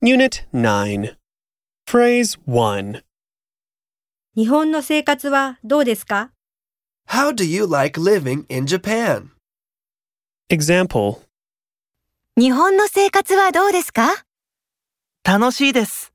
Unit 9. Phrase 1. 日本の生活はどうですか How do you like living in Japan? Example. 日本の生活はどうですか楽しいです。